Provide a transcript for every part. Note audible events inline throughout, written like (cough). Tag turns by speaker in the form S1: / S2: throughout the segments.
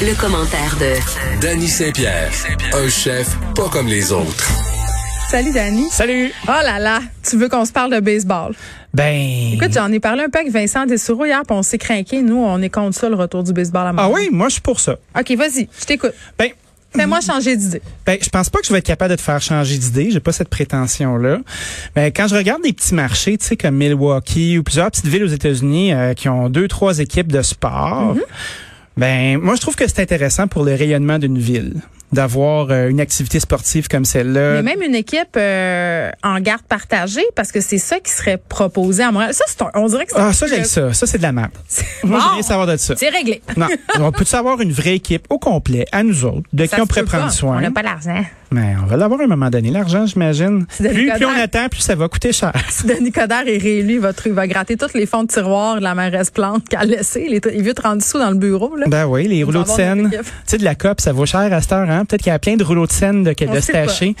S1: Le, le commentaire de
S2: Danny Saint-Pierre, un chef pas comme les autres.
S3: Salut Dani.
S4: Salut.
S3: Oh là là, tu veux qu'on se parle de baseball?
S4: Ben.
S3: Écoute, j'en ai parlé un peu avec Vincent Dessoureau hier, puis on s'est craqué. Nous, on est contre ça, le retour du baseball à
S4: Ah
S3: Montréal.
S4: oui, moi je suis pour ça.
S3: OK, vas-y, je t'écoute.
S4: Ben,
S3: Fais-moi changer d'idée.
S4: ben, je pense pas que je vais être capable de te faire changer d'idée. J'ai pas cette prétention-là. Mais quand je regarde des petits marchés, tu sais, comme Milwaukee ou plusieurs petites villes aux États-Unis euh, qui ont deux, trois équipes de sport,
S3: Mm-hmm.
S4: ben, moi je trouve que c'est intéressant pour le rayonnement d'une ville d'avoir euh, une activité sportive comme celle-là.
S3: Mais même une équipe euh, en garde partagée, parce que c'est ça qui serait proposé à Montréal. Ça, c'est un- on dirait que c'est
S4: Ah,
S3: un
S4: ça,
S3: club.
S4: j'ai ça. Ça, c'est de la merde. Moi, je
S3: Bon.
S4: veux rien savoir de ça.
S3: C'est réglé.
S4: Non, on peut savoir une vraie équipe au complet, à nous autres, de
S3: Ça
S4: qui on
S3: se
S4: pourrait
S3: peut
S4: prendre
S3: pas.
S4: soin.
S3: On n'a pas l'argent. (laughs)
S4: Mais on va l'avoir à un moment donné, l'argent, j'imagine.
S3: de
S4: Plus, plus
S3: l'économie.
S4: on attend, plus ça va
S3: (laughs)
S4: coûter cher.
S3: Si Denis Coderre est réélu, il va, tr- il va gratter tous les fonds de tiroir de la mairesse Plante qu'elle a laissé. Il, est- il veut 30 sous dans le bureau. Là.
S4: Ben oui, les
S3: On
S4: rouleaux
S3: va
S4: de
S3: avoir
S4: scène.
S3: notre
S4: Tu
S3: équipe.
S4: sais, de la COP, ça vaut cher à cette heure, hein? Peut-être qu'il y a plein de rouleaux de scène de, de
S3: On sait
S4: stacher.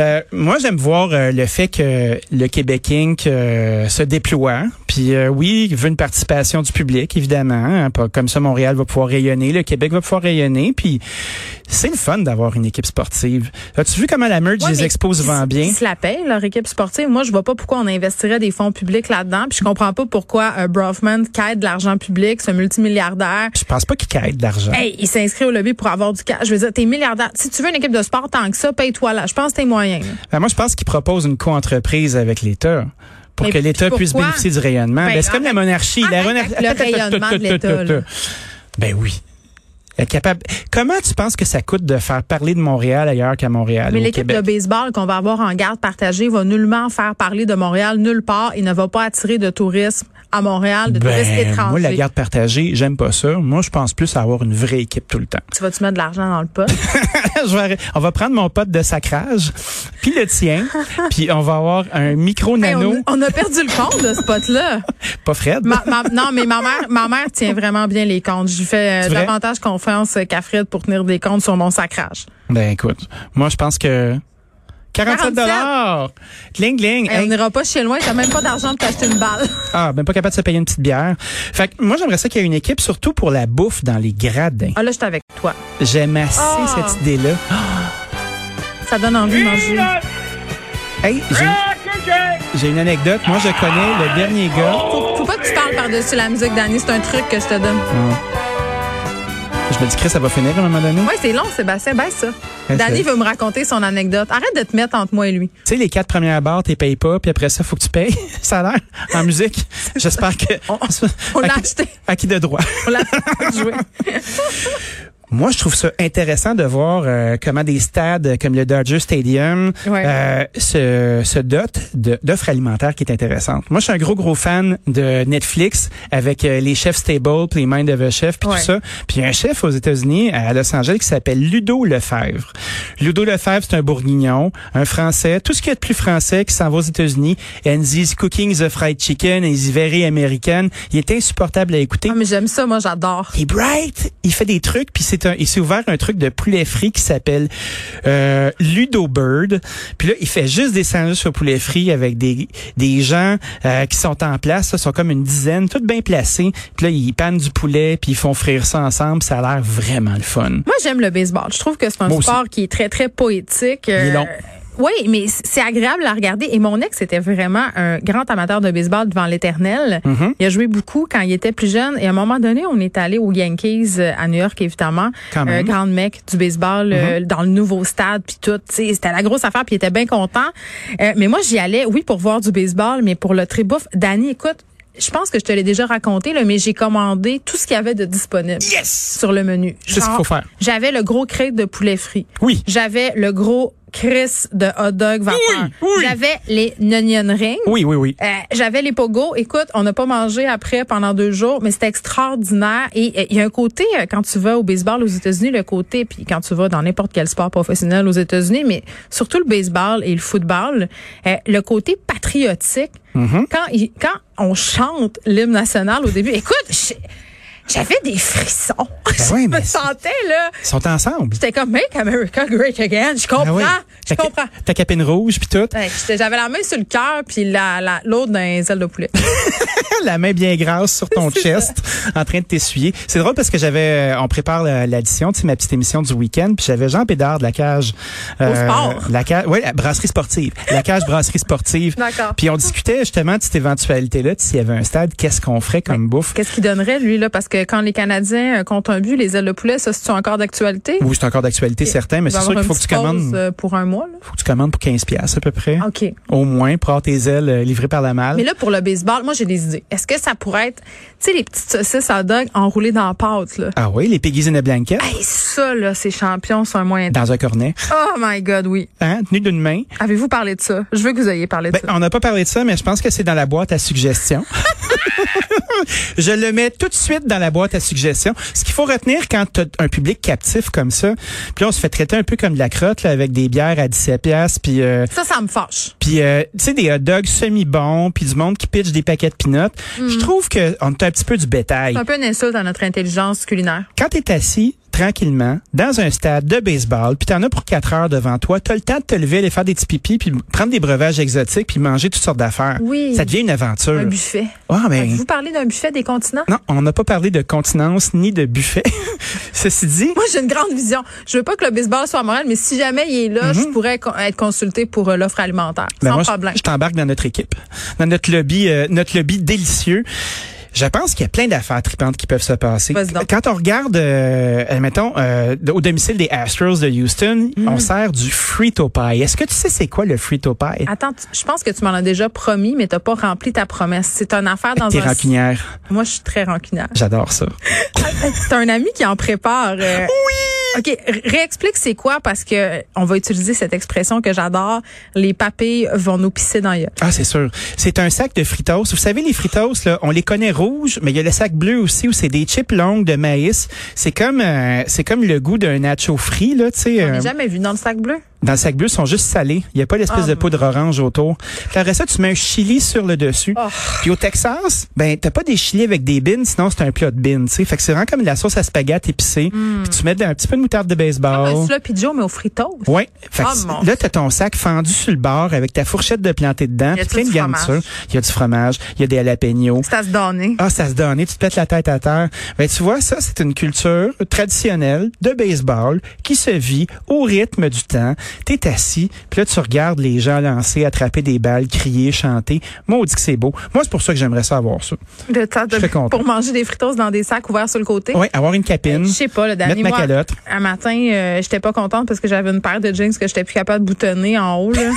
S4: Euh, moi, j'aime voir euh, le fait que le Québec Inc. euh, se déploie. Puis euh, oui, il veut une participation du public, évidemment. hein. Pas- Comme ça, Montréal va pouvoir rayonner, le Québec va pouvoir rayonner. Puis c'est le fun d'avoir une équipe sportive. As-tu vu comment la merge
S3: Ouais,
S4: des
S3: mais
S4: expos
S3: ils-
S4: vend bien?
S3: Ils se la payent, leur équipe sportive. Moi, je vois pas pourquoi on investirait des fonds publics là-dedans. Puis je comprends pas pourquoi euh, Brofman quête de l'argent public, ce multimilliardaire.
S4: Je pense pas qu'il caille de l'argent.
S3: Hey, il s'inscrit au lobby pour avoir du cash. Je veux dire, t'es milliardaire. Si tu veux une équipe de sport tant que ça, paye-toi là. Je pense que t'es moyen.
S4: Ben, moi, je pense qu'ils proposent une co-entreprise avec l'État pour
S3: Mais
S4: que l'État
S3: pourquoi?
S4: puisse bénéficier du rayonnement.
S3: Ben,
S4: Ben, c'est comme la
S3: arrête-
S4: monarchie. La
S3: arrête
S4: monarchie-
S3: avec le
S4: (laughs) Attends, attends,
S3: rayonnement
S4: attends,
S3: de l'État,
S4: attends, (laughs)
S3: là.
S4: attends. Ben oui. Être capable. Comment tu penses que ça coûte de faire parler de Montréal ailleurs qu'à Montréal
S3: Mais
S4: ou au
S3: l'équipe de
S4: Québec?
S3: baseball qu'on va avoir en garde partagée va nullement faire parler de Montréal nulle part et ne va pas attirer de tourisme à Montréal, de touristes
S4: Ben,
S3: étrangers.
S4: moi, la garde partagée, j'aime pas ça. Moi, je pense plus à avoir une vraie équipe tout le temps. (laughs)
S3: Tu vas-tu mettre de l'argent dans le pot?
S4: Je vais arrêter. on va prendre mon pote de sacrage, puis
S3: (laughs)
S4: le tien, puis on va avoir un
S3: Hey,
S4: micro-nano.
S3: Ben, on, on a perdu le compte de ce pot-là.
S4: Pas Fred.
S3: Ma- ma- non, mais ma mère, ma mère tient vraiment bien les comptes. Je lui fais
S4: C'est
S3: euh,
S4: vrai?
S3: davantage confiance euh, qu'à Fred pour tenir des comptes sur mon sacrage.
S4: Ben écoute, moi je pense que 47 dollars. Gling gling.
S3: Hey,
S4: Hey.
S3: On n'ira pas chez loin. T'as même pas d'argent pour t'acheter une balle.
S4: Ah, ben pas capable de se payer une petite bière. Fait que moi j'aimerais ça qu'il y ait une équipe surtout pour la bouffe dans les gradins.
S3: Ah là, je suis avec toi.
S4: J'aime assez
S3: Ah.
S4: cette idée là.
S3: Ça donne envie de manger.
S4: Hey,
S3: Ah,
S4: j'ai, j'ai une anecdote. Moi je connais le dernier gars.
S3: Faut, faut pas que tu parles par-dessus la musique, Dani. C'est un truc que je te donne.
S4: Ah. Je me dis Chris, ça va finir à un moment donné.
S3: Ouais, c'est long, Sébastien. Baisse ça.
S4: Ouais,
S3: Dani
S4: c'est-
S3: veut me raconter son anecdote. Arrête de te mettre entre moi et lui.
S4: Tu sais les quatre premières barres, t'es payes pas, puis après ça faut que tu payes (laughs) salaire en
S3: (laughs)
S4: musique. J'espère que
S3: On
S4: à
S3: l'a
S4: qui-
S3: acheté.
S4: à qui de droit.
S3: On l'a fait jouer.
S4: Moi, je trouve ça intéressant de voir euh, comment des stades comme le Dodger Stadium
S3: Ouais.
S4: euh, se, se dotent de- d'offres alimentaires qui est intéressante. Moi, je suis un gros, gros fan de Netflix avec euh, les chefs stable, puis les Mind of a Chef, puis
S3: Ouais.
S4: tout ça. Puis il y a un chef aux États-Unis, à Los Angeles, qui s'appelle Ludo Lefebvre. Ludo Lefebvre, c'est un bourguignon, un français, tout ce qu'il y a de plus français qui s'en va aux États-Unis. And he's cooking the fried chicken, and he's very American. Il est insupportable à écouter.
S3: Ah, mais j'aime ça, moi, j'adore.
S4: Il est bright, il fait des trucs, puis c'est un, il s'est ouvert un truc de poulet frit qui s'appelle euh, Ludo Bird. Puis là, il fait juste des sandwichs sur poulet frit avec des des gens euh, qui sont en place, ça, sont comme une dizaine, toutes bien placés. Puis là, ils pannent du poulet, puis ils font frire ça ensemble. Ça a l'air vraiment le fun.
S3: Moi, j'aime le baseball. Je trouve que c'est un
S4: Mm. Moi aussi.
S3: sport qui est très, très poétique. Il
S4: est long.
S3: Oui, mais c- c'est agréable à regarder. Et mon ex était vraiment un grand amateur de baseball devant l'éternel.
S4: Mm-hmm.
S3: Il a joué beaucoup quand il était plus jeune. Et à un moment donné, on est allé aux Yankees euh, à New York, évidemment.
S4: Quand même. Mm-hmm.
S3: grande mec du baseball euh, dans le nouveau stade, puis tout. Tu sais, C'était la grosse affaire, puis il était bien content. Euh, mais moi, j'y allais, oui, pour voir du baseball, mais pour le trébouffe. Danny, écoute, je pense que je te l'ai déjà raconté, là, mais j'ai commandé tout ce qu'il y avait de disponible sur le menu.
S4: C'est ce qu'il faut faire.
S3: J'avais le gros crêpe de poulet frit.
S4: Oui.
S3: J'avais le gros Chris de hot dog vapeur.
S4: Oui, oui.
S3: J'avais les Nonion Rings.
S4: Oui, oui, oui.
S3: Euh, j'avais les pogos. Écoute, on n'a pas mangé après pendant deux jours, mais c'était extraordinaire. Et euh, il y a un côté, euh, quand tu vas au baseball aux États-Unis, le côté, puis quand tu vas dans n'importe quel sport professionnel aux États-Unis, mais surtout le baseball et le football, euh, le côté
S4: Mm-hmm.
S3: patriotique. Quand, il- quand on chante l'hymne national au début, écoute, je- J'avais des frissons. (laughs) je
S4: Ben oui, mais
S3: me sentais, là.
S4: Ils sont ensemble.
S3: J'étais comme Make America Great Again. Je comprends.
S4: Ah oui.
S3: Je
S4: Ta-
S3: comprends.
S4: Ta capine rouge puis tout.
S3: Ouais, j'étais- J'avais la main sur le cœur puis la- la- l'autre dans les ailes de poulet.
S4: (laughs) la main bien grasse
S3: (laughs)
S4: sur ton chest en train de t'essuyer. C'est drôle parce que j'avais, euh, on prépare la- l'addition, tu sais, ma petite émission du week-end, puis j'avais Jean Pédard de la cage. euh,
S3: sport.
S4: La cage, ouais, la brasserie sportive. La cage brasserie sportive.
S3: D'accord.
S4: Puis on discutait justement de cette éventualité-là, de s'il y avait un stade, qu'est-ce qu'on ferait comme bouffe.
S3: Qu'est-ce qu'il donnerait, lui, là? Parce que quand les Canadiens euh, comptent un but, les ailes de poulet, ça, c'est encore d'actualité?
S4: Oui, c'est encore d'actualité, certain, mais
S3: Il va
S4: c'est sûr
S3: avoir
S4: qu'il faut
S3: une
S4: que tu
S3: petite pause,
S4: commandes,
S3: euh, pour un mois, là.
S4: faut que tu commandes pour 15 pièces à peu près.
S3: OK.
S4: Au moins, pour avoir tes ailes euh, livrées par la malle.
S3: Mais là, pour le baseball, moi, j'ai des idées. Est-ce que ça pourrait être, tu sais, les petites saucisses à dog enroulées dans la pâte, là?
S4: ah oui, les Piggies in a Blanket,
S3: Hey, ça, là, ces champions sont un moyen temps.
S4: dans un cornet,
S3: Oh my God, oui.
S4: hein, tenu d'une main.
S3: Avez-vous parlé de ça? Je veux que vous ayez parlé de
S4: Ben,
S3: ça.
S4: on n'a pas parlé de ça, mais je pense que c'est dans la boîte à suggestions. je le mets tout de suite dans la boîte à suggestions. Ce qu'il faut retenir quand tu un public captif comme ça, puis là, on se fait traiter un peu comme de la crotte là, avec des bières à 17 pièces puis euh,
S3: Ça, ça me fâche.
S4: puis euh, tu sais des hot dogs semi bons puis du monde qui pitch des paquets de peanuts. Je trouve que on est un petit peu du bétail.
S3: C'est un peu une insulte à notre intelligence culinaire.
S4: Quand t'es assis tranquillement dans un stade de baseball, puis t'en as pour quatre heures devant toi, t'as le temps de te lever, aller faire des petits pipis, puis prendre des breuvages exotiques, puis manger toutes sortes d'affaires.
S3: Oui.
S4: Ça devient une aventure.
S3: Un buffet.
S4: Ah, mais-
S3: Vous parlez d'un buffet des continents?
S4: Non, on n'a pas parlé de continence ni de buffet. (laughs) Ceci dit,
S3: (laughs) Moi, j'ai une grande vision. Je veux pas que le baseball soit moral, mais si jamais il est là, je pourrais co- être consulté pour euh, l'offre alimentaire.
S4: Mm-hmm. ben
S3: sans
S4: moi, je-
S3: problème.
S4: je t'embarque dans notre équipe, dans notre lobby, euh, notre lobby délicieux. Je pense qu'il y a plein d'affaires tripantes qui peuvent se passer.
S3: Vas-y donc.
S4: Quand on regarde, euh, mettons, au domicile des Astros de Houston,
S3: Mm.
S4: on sert du frito pie. Est-ce que tu sais c'est quoi le frito pie?
S3: Attends, tu- je pense que tu m'en as déjà promis, mais t'as pas rempli ta promesse. C'est une affaire dans
S4: T'es
S3: un.
S4: rancunière.
S3: Moi, je suis très rancunière. (laughs)
S4: J'adore ça.
S3: T'as un ami qui en prépare. Oui. Ok, r- réexplique c'est quoi parce que euh, on va utiliser cette expression que j'adore. Les papilles vont nous pisser dans la gueule.
S4: Ah, c'est sûr. C'est un sac de fritos. Vous savez, les fritos, là, on les connaît rouges, mais il y a le sac bleu aussi où c'est des chips longues de maïs. C'est comme, euh, c'est comme le goût d'un nacho frit, là, tu sais.
S3: On
S4: euh,
S3: n'est jamais vu dans le sac bleu.
S4: dans le sac bleu, ils sont juste salés. Il n'y a pas l'espèce
S3: Ah,
S4: de poudre orange autour. Puis Après ça, tu mets un chili sur le dessus.
S3: Oh.
S4: Puis au Texas, ben, t'as pas des chilis avec des bins, sinon c'est un plat de bins, tu sais. Fait que c'est vraiment comme de la sauce à spaghetti épicée.
S3: Hmm.
S4: Puis tu mets un petit peu de moutarde de baseball.
S3: Un sloppy Joe, mais au fritos.
S4: Oui. Fait que
S3: Ah,
S4: c-
S3: ben, mon
S4: là, t'as ton sac fendu sur le bord avec ta fourchette de planter dedans.
S3: Y a-t-il
S4: puis plein
S3: du
S4: de
S3: fromage?
S4: garnitures. Il y a du fromage, il y a des jalapenos.
S3: C'est à se donner.
S4: Ah, ça se donnait, tu te pètes la tête à terre. Ben, tu vois, ça, c'est une culture traditionnelle de baseball qui se vit au rythme du temps. T'es assis, puis là, tu regardes les gens lancer, attraper des balles, crier, chanter. Maudit que c'est beau. Moi, c'est pour ça que j'aimerais ça avoir ça.
S3: De temps de-
S4: Ah, Je suis content.
S3: pour manger des fritos dans des sacs ouverts sur le côté.
S4: Oui, avoir une capine.
S3: Je sais pas, le dernier
S4: Mettre ma
S3: mois,
S4: calotte.
S3: un matin, euh, j'étais pas contente parce que j'avais une paire de jeans que j'étais plus capable de boutonner en haut.
S4: (laughs)
S3: Là.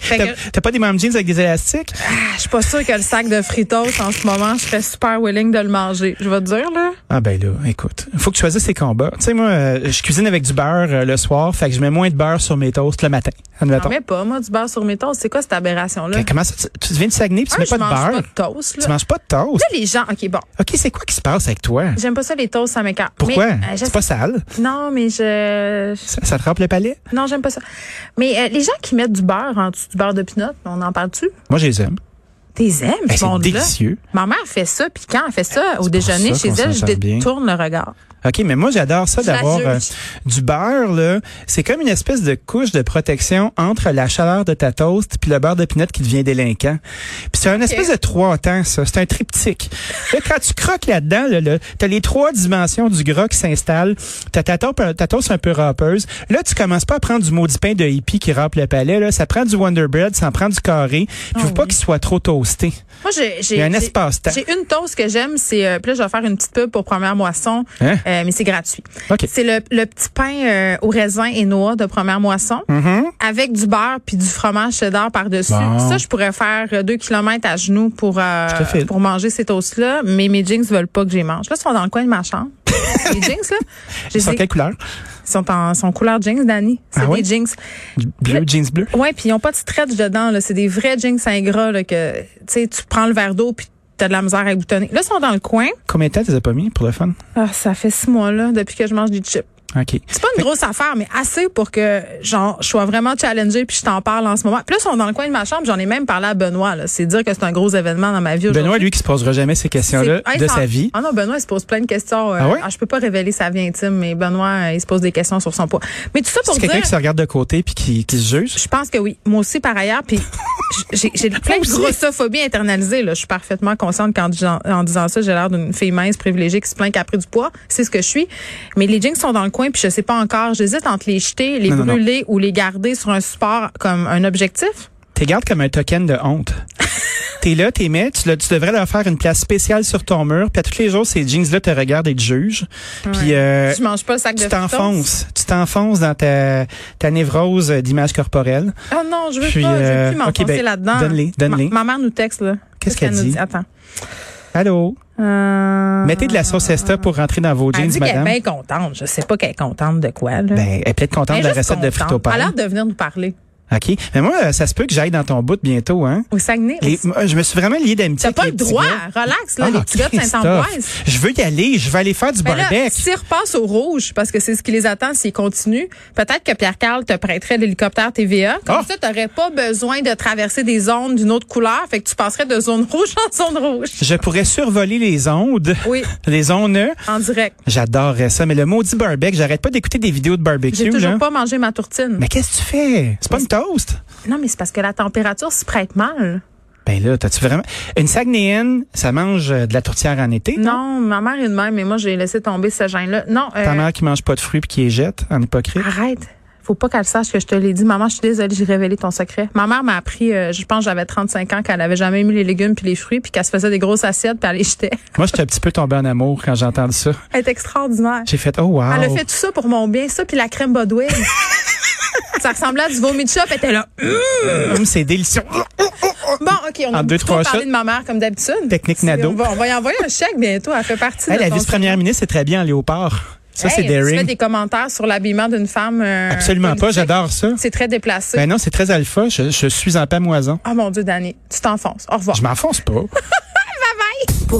S3: fait que,
S4: T'as t'as pas des mêmes jeans avec des élastiques?
S3: ah, je suis pas sûre que le sac de fritos en ce moment, je serais super willing de le manger. Je vais te dire là.
S4: Ah ben là, écoute, faut que tu choisisses tes combats. Tu sais moi, euh, je cuisine avec du beurre euh, le soir, fait que je mets moins de beurre sur mes toasts le matin.
S3: J'en
S4: Admettons.
S3: mets pas moi du beurre sur mes toasts. C'est quoi cette aberration Ah, là
S4: Mais Comment ça, tu, tu viens de Saguenay, puis tu
S3: Un,
S4: mets
S3: je
S4: pas de
S3: mange
S4: beurre,
S3: pas de toast. Là.
S4: tu manges pas de toast.
S3: Là, les gens, ok bon,
S4: Ok, c'est quoi qui se passe avec toi
S3: j'aime pas ça les toasts, ça m'écarte.
S4: Pourquoi
S3: Mais, euh, je
S4: C'est pas sale,
S3: sais- Non, mais je, je-
S4: ça, ça te rampe le palais
S3: non j'aime pas ça. Mais euh, les gens qui mettent du beurre en dessous du beurre de pinot, on en parle-tu
S4: Moi, je les aime.
S3: T'es aimes
S4: Ben,
S3: ce
S4: c'est
S3: monde là.
S4: délicieux.
S3: Ma mère fait ça, puis quand elle fait ça au déjeuner
S4: ça
S3: chez
S4: qu'on
S3: elle, je
S4: s'entend bien.
S3: détourne le regard.
S4: OK, mais moi j'adore ça
S3: Je la
S4: d'avoir
S3: juge.
S4: euh, du beurre là, c'est comme une espèce de couche de protection entre la chaleur de ta toast puis le beurre de pinot qui devient délinquant. Puis c'est un espèce de trois temps ça, c'est un triptyque. Là quand tu croques là-dedans là, là, t'as les trois dimensions du gras qui s'installent, t'as ta toast, euh, ta toast un peu râpeuse. Là tu commences pas à prendre du maudit pain de hippie qui rampe le palais là, ça prend du Wonder Bread, ça en prend du carré, puis
S3: Ah
S4: faut pas qu'il soit trop toasté.
S3: Moi, j'ai, j'ai,
S4: Il y a un
S3: j'ai-
S4: espace-temps.
S3: J'ai une toast que j'aime, c'est euh, puis là, je vais faire une petite pub pour première moisson,
S4: Hein?
S3: euh, mais c'est gratuit.
S4: OK.
S3: C'est le, le petit pain euh, au raisin et noix de première moisson, avec du beurre puis du fromage cheddar par dessus.
S4: Mm-hmm. Bon.
S3: Ça, je pourrais faire euh, deux kilomètres à genoux pour euh,
S4: te file.
S3: pour manger ces toasts là, mais mes jeans veulent pas que j'y mange. Là, ils sont dans le coin de ma
S4: (laughs)
S3: chambre. les jeans là, je
S4: Ils sont
S3: les ai-
S4: quelle couleur
S3: ils sont en sont couleur jeans, Dani. C'est
S4: Ah
S3: des
S4: oui?
S3: jeans.
S4: Du Bleu, jeans bleu.
S3: Ouais, puis ils ont pas de stretch dedans. là. C'est des vrais jeans ingrats là, que tu sais, tu prends le verre d'eau puis t'as de la misère à boutonner. Là, ils sont dans le coin.
S4: Combien de temps tu les as pas mis pour le fun
S3: Ah, ça fait six mois là depuis que je mange du chip.
S4: OK.
S3: C'est pas une grosse affaire, mais assez pour que genre je sois vraiment challengée puis je t'en parle en ce moment. Plus on est dans le coin de ma chambre, j'en ai même parlé à Benoît. là. C'est dire que c'est un gros événement dans ma vie aujourd'hui.
S4: Benoît, lui, qui se posera jamais ces questions-là
S3: C'est- hey,
S4: de
S3: ça-
S4: sa vie.
S3: Ah non, Benoît, il se pose plein de questions. euh,
S4: Ah ouais?
S3: je peux pas révéler sa vie intime, mais Benoît, euh, il se pose des questions sur son poids. Mais tout ça pour
S4: C'est
S3: dire,
S4: quelqu'un qui se regarde de côté puis qui, qui se juge.
S3: je pense que oui. Moi aussi, par ailleurs,
S4: (laughs)
S3: puis j'ai j'ai plein de
S4: aussi.
S3: grossophobie internalisée. Là. Je suis parfaitement consciente qu'en disant, en disant ça, j'ai l'air d'une fille mince, privilégiée, qui se plaint qu'elle a pris du poids. C'est ce que je suis. Mais les jeans sont dans le coin, puis je sais pas encore. J'hésite entre les jeter, les
S4: Non, non, non.
S3: brûler ou les garder sur un support comme un objectif.
S4: T'es garde comme un token de
S3: (laughs)
S4: honte. t'es là, t'es mets, tu, le- tu devrais leur faire une place spéciale sur ton mur, puis à tous les jours, ces jeans-là te regardent et te jugent. Puis euh,
S3: je mange pas le sac de
S4: tu
S3: fritos.
S4: t'enfonces. Tu t'enfonces dans ta, ta névrose euh, d'image corporelle.
S3: Ah non, je veux
S4: Puis,
S3: pas, je veux
S4: euh,
S3: plus m'enfoncer
S4: ok, ben,
S3: là-dedans.
S4: donne-les, donne-les.
S3: Ma, ma mère nous texte là.
S4: Qu'est-ce qu'elle
S3: nous
S4: dit?
S3: Attends.
S4: Allô?
S3: Euh,
S4: Mettez de la sauce esta pour rentrer dans vos
S3: Elle
S4: jeans,
S3: dit qu'elle est
S4: madame.
S3: bien contente. Je sais pas qu'elle est contente de quoi là.
S4: Ben, elle est peut-être contente
S3: Elle est
S4: de la
S3: juste
S4: recette de
S3: contente.
S4: frites au
S3: Elle a
S4: pain.
S3: l'air de venir nous parler.
S4: OK. Mais moi, euh, ça se peut que j'aille dans ton bout bientôt, hein?
S3: Au Saguenay.
S4: Les- moi, je me suis vraiment lié d'amitié.
S3: T'as
S4: avec
S3: pas
S4: les
S3: le
S4: petits
S3: droit.
S4: gars.
S3: Relax, là,
S4: Ah,
S3: les petits gars de
S4: Christophe,
S3: Saint-Ambroise.
S4: Je veux y aller. Je veux aller faire du
S3: Mais là,
S4: barbecue.
S3: s'ils repassent au rouge, parce que c'est ce qui les attend s'ils continuent, peut-être que Pierre-Carl te prêterait l'hélicoptère TVA. Comme
S4: Ah!
S3: ça, t'aurais pas besoin de traverser des zones d'une autre couleur. Fait que tu passerais de zone (laughs) rouge en zone rouge.
S4: Je pourrais survoler les ondes.
S3: Oui.
S4: (laughs) Les ondes.
S3: En direct.
S4: J'adorerais ça. Mais le maudit barbecue, j'arrête pas d'écouter des vidéos de
S3: J'ai
S4: barbecue,
S3: toujours
S4: là.
S3: pas mangé ma tourtine.
S4: Mais qu'est-ce que tu fais? C'est pas une toast?
S3: Non, mais c'est parce que la température se prête mal.
S4: Ben là, t'as-tu vraiment. Une Saguenéenne, ça mange euh, de la tourtière en été?
S3: Non, ma mère est de même, mais moi, j'ai laissé tomber ce gène-là. Non, euh,
S4: Ta mère qui mange pas de fruits puis qui les jette en hypocrite?
S3: arrête. Faut pas qu'elle sache que je te l'ai dit. Maman, je suis désolée, j'ai révélé ton secret. Ma mère m'a appris, euh, je pense que j'avais 35 ans, qu'elle avait jamais mis les légumes puis les fruits, puis qu'elle se faisait des grosses assiettes, puis elle les jetait.
S4: Moi, j'étais un petit peu tombé en amour quand j'ai entendu ça.
S3: (laughs) Elle est extraordinaire.
S4: J'ai fait, oh wow.
S3: Elle a fait tout ça pour mon bien, ça, puis la crème (laughs) Bodwin. ça ressemblait à du vomi de chat, puis elle était
S4: (laughs)
S3: là.
S4: Hum, C'est délicieux.
S3: Ah, Bon, OK, on
S4: En
S3: a
S4: deux,
S3: plutôt
S4: trois
S3: parlé
S4: shots.
S3: de ma mère comme d'habitude.
S4: Technique
S3: C'est-
S4: Nadeau.
S3: On va, on va y envoyer un chèque bientôt. Elle fait partie
S4: Hey,
S3: de
S4: la
S3: ton-
S4: vice-première ministre, c'est très bien en léopard. Ça,
S3: Hey,
S4: c'est
S3: Tu fais
S4: daring.
S3: des commentaires sur l'habillement d'une femme. euh,
S4: Absolument pas,
S3: politique.
S4: j'adore ça.
S3: C'est très déplacé.
S4: Ben non, c'est très alpha. Je, je suis en pamoison.
S3: oh mon Dieu, Danny, tu t'enfonces. Au revoir.
S4: Je m'enfonce pas.
S1: Pour